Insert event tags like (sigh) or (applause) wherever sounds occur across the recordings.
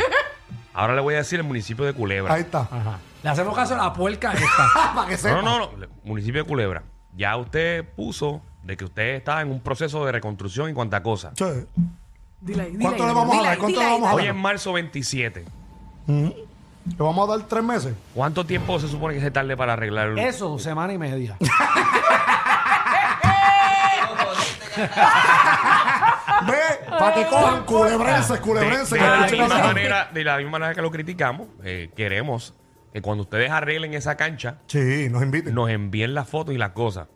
Ahora le voy a decir el municipio de Culebra. Ahí está. ajá. Le hacemos caso a la (laughs) puerca esta. Ah, Para que sepa. No, no, no, le- municipio de Culebra. Ya usted puso de que usted está en un proceso de reconstrucción y cuanta cosa. Che, Dile ahí, dile ¿Cuánto ahí, le vamos a dile dar? ahí, ¿Cuánto dile le ahí, vamos a Hoy dar? es marzo 27. Le vamos a dar tres meses. ¿Cuánto tiempo se supone que se tarde para arreglar el- Eso, semana (laughs) y media. Ve, Ah. para que cojan culebrenses, de, culebrenses. de que la escuchen misma eso. manera, de la misma manera que lo criticamos, eh, queremos que cuando ustedes arreglen esa cancha, Sí, nos inviten. nos envíen las fotos y las cosas.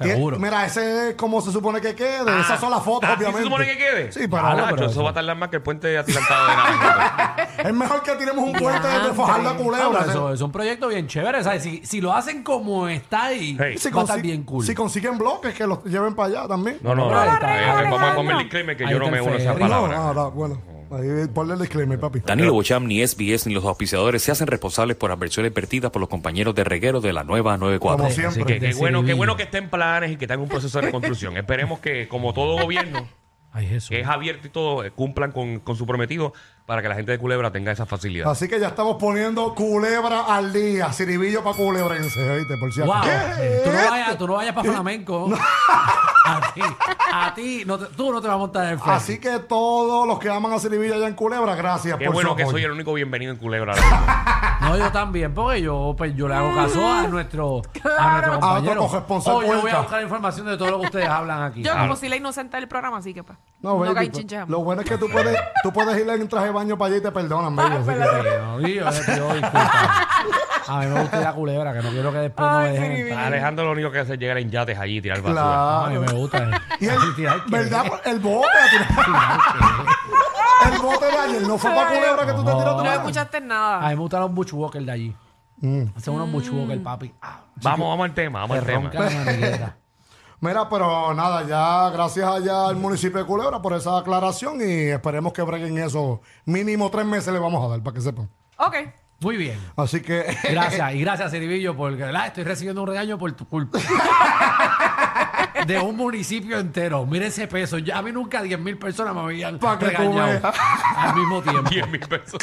Y es- Seguro. mira, ese es como se supone que quede. Ah, Esas son las fotos, ah, ¿sí obviamente. ¿Se supone que quede? Sí, Ah, para Claro, Nacho, pero eso eso- va a tardar más que el puente atirantado de la Es mejor que tiremos un puente de Diantre. Fajardo a Ah, Culebra. pero eso, es un proyecto bien chévere. ¿sabes? Si, si lo hacen como está ahí, Hey. va a consi- estar bien cool. Si consiguen bloques, que los lleven para allá también. No, no, no. Ahí eh, está, ahí está. Vamos a poner el disclaimer que Ahí yo no está me el uno a esa ferry. no, palabra. no, no, ah, bueno. Ahí, ponle el disclaimer, papi. Danilo Bocham, ni SBS, ni los auspiciadores se hacen responsables por adversiones vertidas por los compañeros de reguero de la nueva 94. Como Así que siempre. qué Decidir. bueno, qué bueno que estén planes y que estén en un proceso de reconstrucción. Esperemos que, como todo gobierno, Ay, Jesús. que es abierto y todo, eh, cumplan con, con su prometido para que la gente de Culebra tenga esa facilidad. Así que ya estamos poniendo culebra al día. Ciribillo para culebrenses, oíste, por si Wow. acaso. Tú no vayas, tú no vayas (laughs) para flamenco. A ti, a ti, no te- tú no te vas a montar en el ferry. Así que todos los que aman a Ciribillo allá en Culebra, gracias Qué por bueno su que apoyo. soy el único bienvenido en Culebra. ¿verdad? No, yo también, porque yo, pues, yo le hago caso a nuestro, a nuestro A compañero. otro corresponsal Hoy yo voy puerca. a buscar información de todo lo que ustedes hablan aquí. Ah, Yo como si la inocente del programa, así que pa. No, No, baby, caen pues, chinches. lo bueno es que tú puedes, tú puedes ir en traje de baño para allá y te perdonan, baby. así que- (laughs) Sí, pues, no, sí, yo le pido disculpas. A mí me gusta ir a culebra, que no quiero que después no me Ay, dejen sí, entrar. Alejandro lo único que hace es llegar en yates allí y tirar basura. No, a mí Claro. me gusta. Y el, Así tirar que- ¿verdad? El bote. el bote de ayer no fue para culebra que tú te tiraste. No para- escuchaste A nada. mí me gustan los bush walker de allí. Mm. Hacen unos bush Mm. walker, papi. Ah, Vamos, vamos al tema, vamos te al tema. ronca la manigueta. Mira, pero nada, ya gracias allá al municipio de Culebra por esa aclaración y esperemos que breguen eso. Mínimo tres meses le vamos a dar para que sepan. Ok. Muy bien. Así que. (laughs) Gracias, y gracias, Ciribillo, porque ¿verdad? estoy recibiendo un regaño por tu culpa. de un municipio entero. Mire ese peso. Ya, a mí nunca 10 mil personas me habían Pa' que tú regañado veas. al mismo tiempo. 10 mil (laughs) pesos.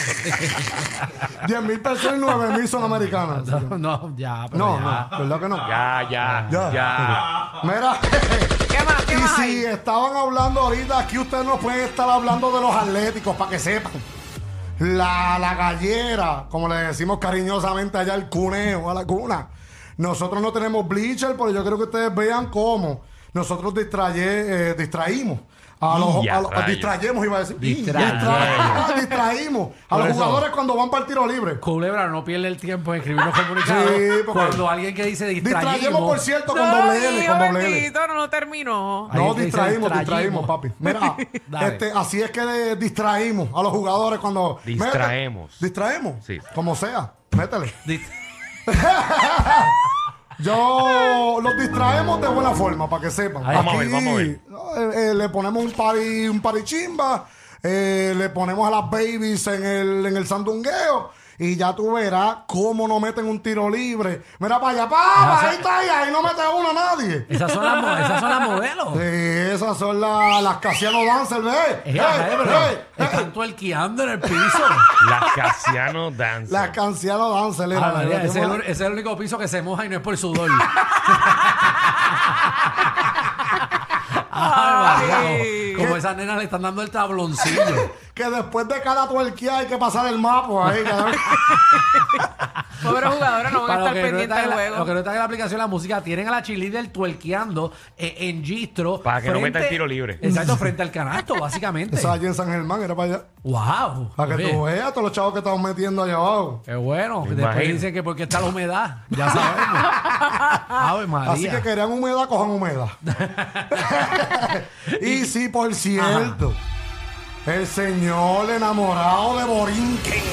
10 mil pesos y 9 mil son (laughs) americanas. No, no, ya, pero No, ya. no, ¿verdad que no? Ya, ya, Ya. ya. Mira, (laughs) ¿Qué más? ¿Qué y más si hay? estaban hablando ahorita, aquí ustedes no pueden estar hablando de los atléticos, para que sepan. La, la gallera, como le decimos cariñosamente allá, el cuneo, a la cuna. Nosotros no tenemos bleacher, pero yo creo que ustedes vean cómo nosotros distraye- eh, distraímos. A los, Ya, a los- a- rayos. distrayemos, iba a decir. Distrayemos. Distra- distraímos. A Por los eso. jugadores cuando van para el tiro libre. Culebra no pierde el tiempo en escribir los comunicados. Sí, porque- cuando alguien que dice distrayimos. Distraímos, por cierto, con No, doble L, Dios con doble L. bendito, no lo terminó. Ahí No, es que dice distraímos, distraímos. distraímos, (laughs) papi. Mira, Dale. este, así es que de- distraímos a los jugadores cuando. Distraemos. Métete. distraemos. Sí. Como sea. Métele. Dist- (laughs) Yo los distraemos de buena forma, para que sepan. Ahí. Vamos a ver, vamos a ver. eh, eh, le ponemos un pari, un parichimba, eh, le ponemos a las babies en el, en el sandungueo. Y ya tú verás cómo no meten un tiro libre. Mira para allá, papá, ahí está, ahí, ahí no mete uno a nadie. Esas son las, mo- esas son las modelos. Sí, esas son la- las Casiano Dancer, ve. Eh, Ey, ajá, pero ey, Están tuerqueando en el piso. Las Casiano Dance. Las Casiano Dancer, era Ah, la- María, la- ese, es el, ese es el único piso que se moja y no es por sudor. Ah, Ay. María, como, como esas nenas le están dando el tabloncillo. que después de cada tuerquía hay que pasar el mapa (laughs) ahí. cada vez. Pobres jugadores no van a Para estar lo que no pendientes está del en la- lo que juego. no está en la aplicación de la música, tienen a la cheerleader tuerqueando eh, en gistro. Para que no meta el tiro libre. (laughs) Exacto, frente al canasto, básicamente. Eso allí en San Germán era para allá. ¡Wow! Para que Oye, tú veas todos los chavos que estamos metiendo allá abajo. Qué bueno. Me Después imagino. dicen que porque está la humedad. Ya sabemos. Ave María. Así que querían humedad, cojan (laughs) humedad. y sí, por cierto, el señor enamorado de Borinquen,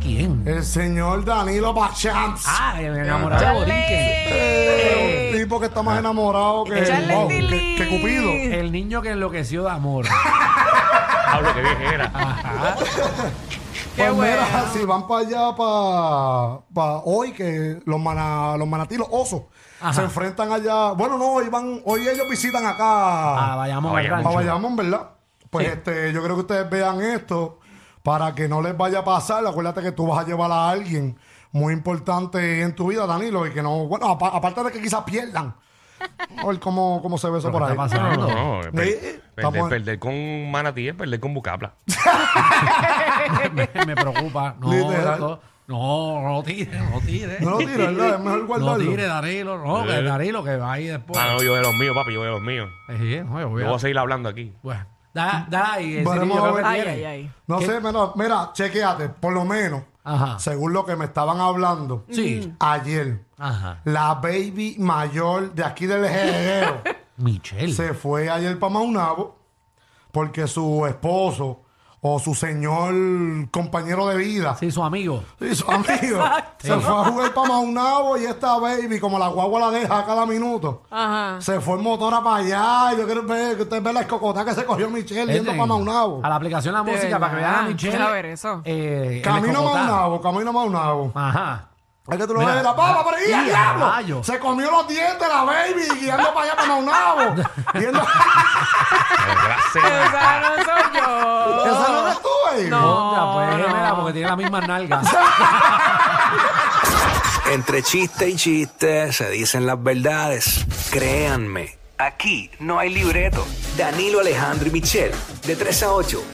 ¿Quién? el señor Danilo Bachans. Ah, el enamorado de Charlie. Borinquen. Eh, un tipo que está más enamorado que, Echarle wow, tilín. que- que Cupido. Ah, El niño que enloqueció de amor. Hablo que bien era. Qué Pues mira, bueno. (laughs) si van para allá, para hoy, que los, mana, los manatí, los osos, Ajá. se enfrentan allá. Bueno, no, hoy, van, hoy ellos visitan acá Ah, vayamos Ah, al vayamos. a rancho. Bayamón, ¿verdad? Pues Sí. este, yo creo que ustedes vean esto para que no les vaya a pasar. Acuérdate que tú vas a llevar a alguien muy importante en tu vida, Danilo, y que no, bueno, apa- aparte de que quizás (laughs) pierdan. A ver cómo, cómo se ve eso por ¿Qué ahí. está No, pasando? no, no. Eh, per- estamos- Perder, perder con Manatí es perder con Bucapla. (laughs) me, me preocupa. No, Literal. esto- no, no tire, no tire. No lo tires, ¿verdad? Es mejor No guardarlo. tire, Darilo, no, que Darilo que va ahí después. Ah, no, yo de los míos, papi, yo de los míos. Sí, no, yo voy Yo a- voy a seguir hablando aquí. Bueno, da, da ahí, ese Bueno, niño vamos a creo que Ay, tiene. ay, ay. No ¿Qué? sé, mira, mira, chequeate, por lo menos, Ajá. según lo que me estaban hablando Sí. ayer, Ajá. la baby mayor de aquí del Ejero Michelle. se fue ayer para Maunabo porque su esposo o su señor compañero de vida Sí, su amigo. (laughs) y su amigo se fue a jugar para Maunabo y esta baby, como la guagua la deja a cada minuto. Ajá. Se fue en motora para allá. Yo quiero ver que ustedes vean la escocota que se cogió Michelle yendo Entren para Maunabo. A la aplicación La Música verdad. para que vean a Michelle. Deja ver eso. eh, el Camino a escocotá. Maunabo, camino a Maunabo. Ajá. Es que tú lo Mira, ves, la papa, pero ¡y ¡Ya, al diablo! rayo! Se comió los dientes la baby guiando para allá para Maunabo. Guiando... (laughs) Desgracia. Esa no soy yo. ¿Esa no eres tú, baby? No. Contra, pues, mira, porque tiene las (laughs) mismas nalgas. Entre chiste y chiste se dicen las verdades. Créanme, aquí no hay libreto. Danilo Alejandro y Michel, de 3 a 8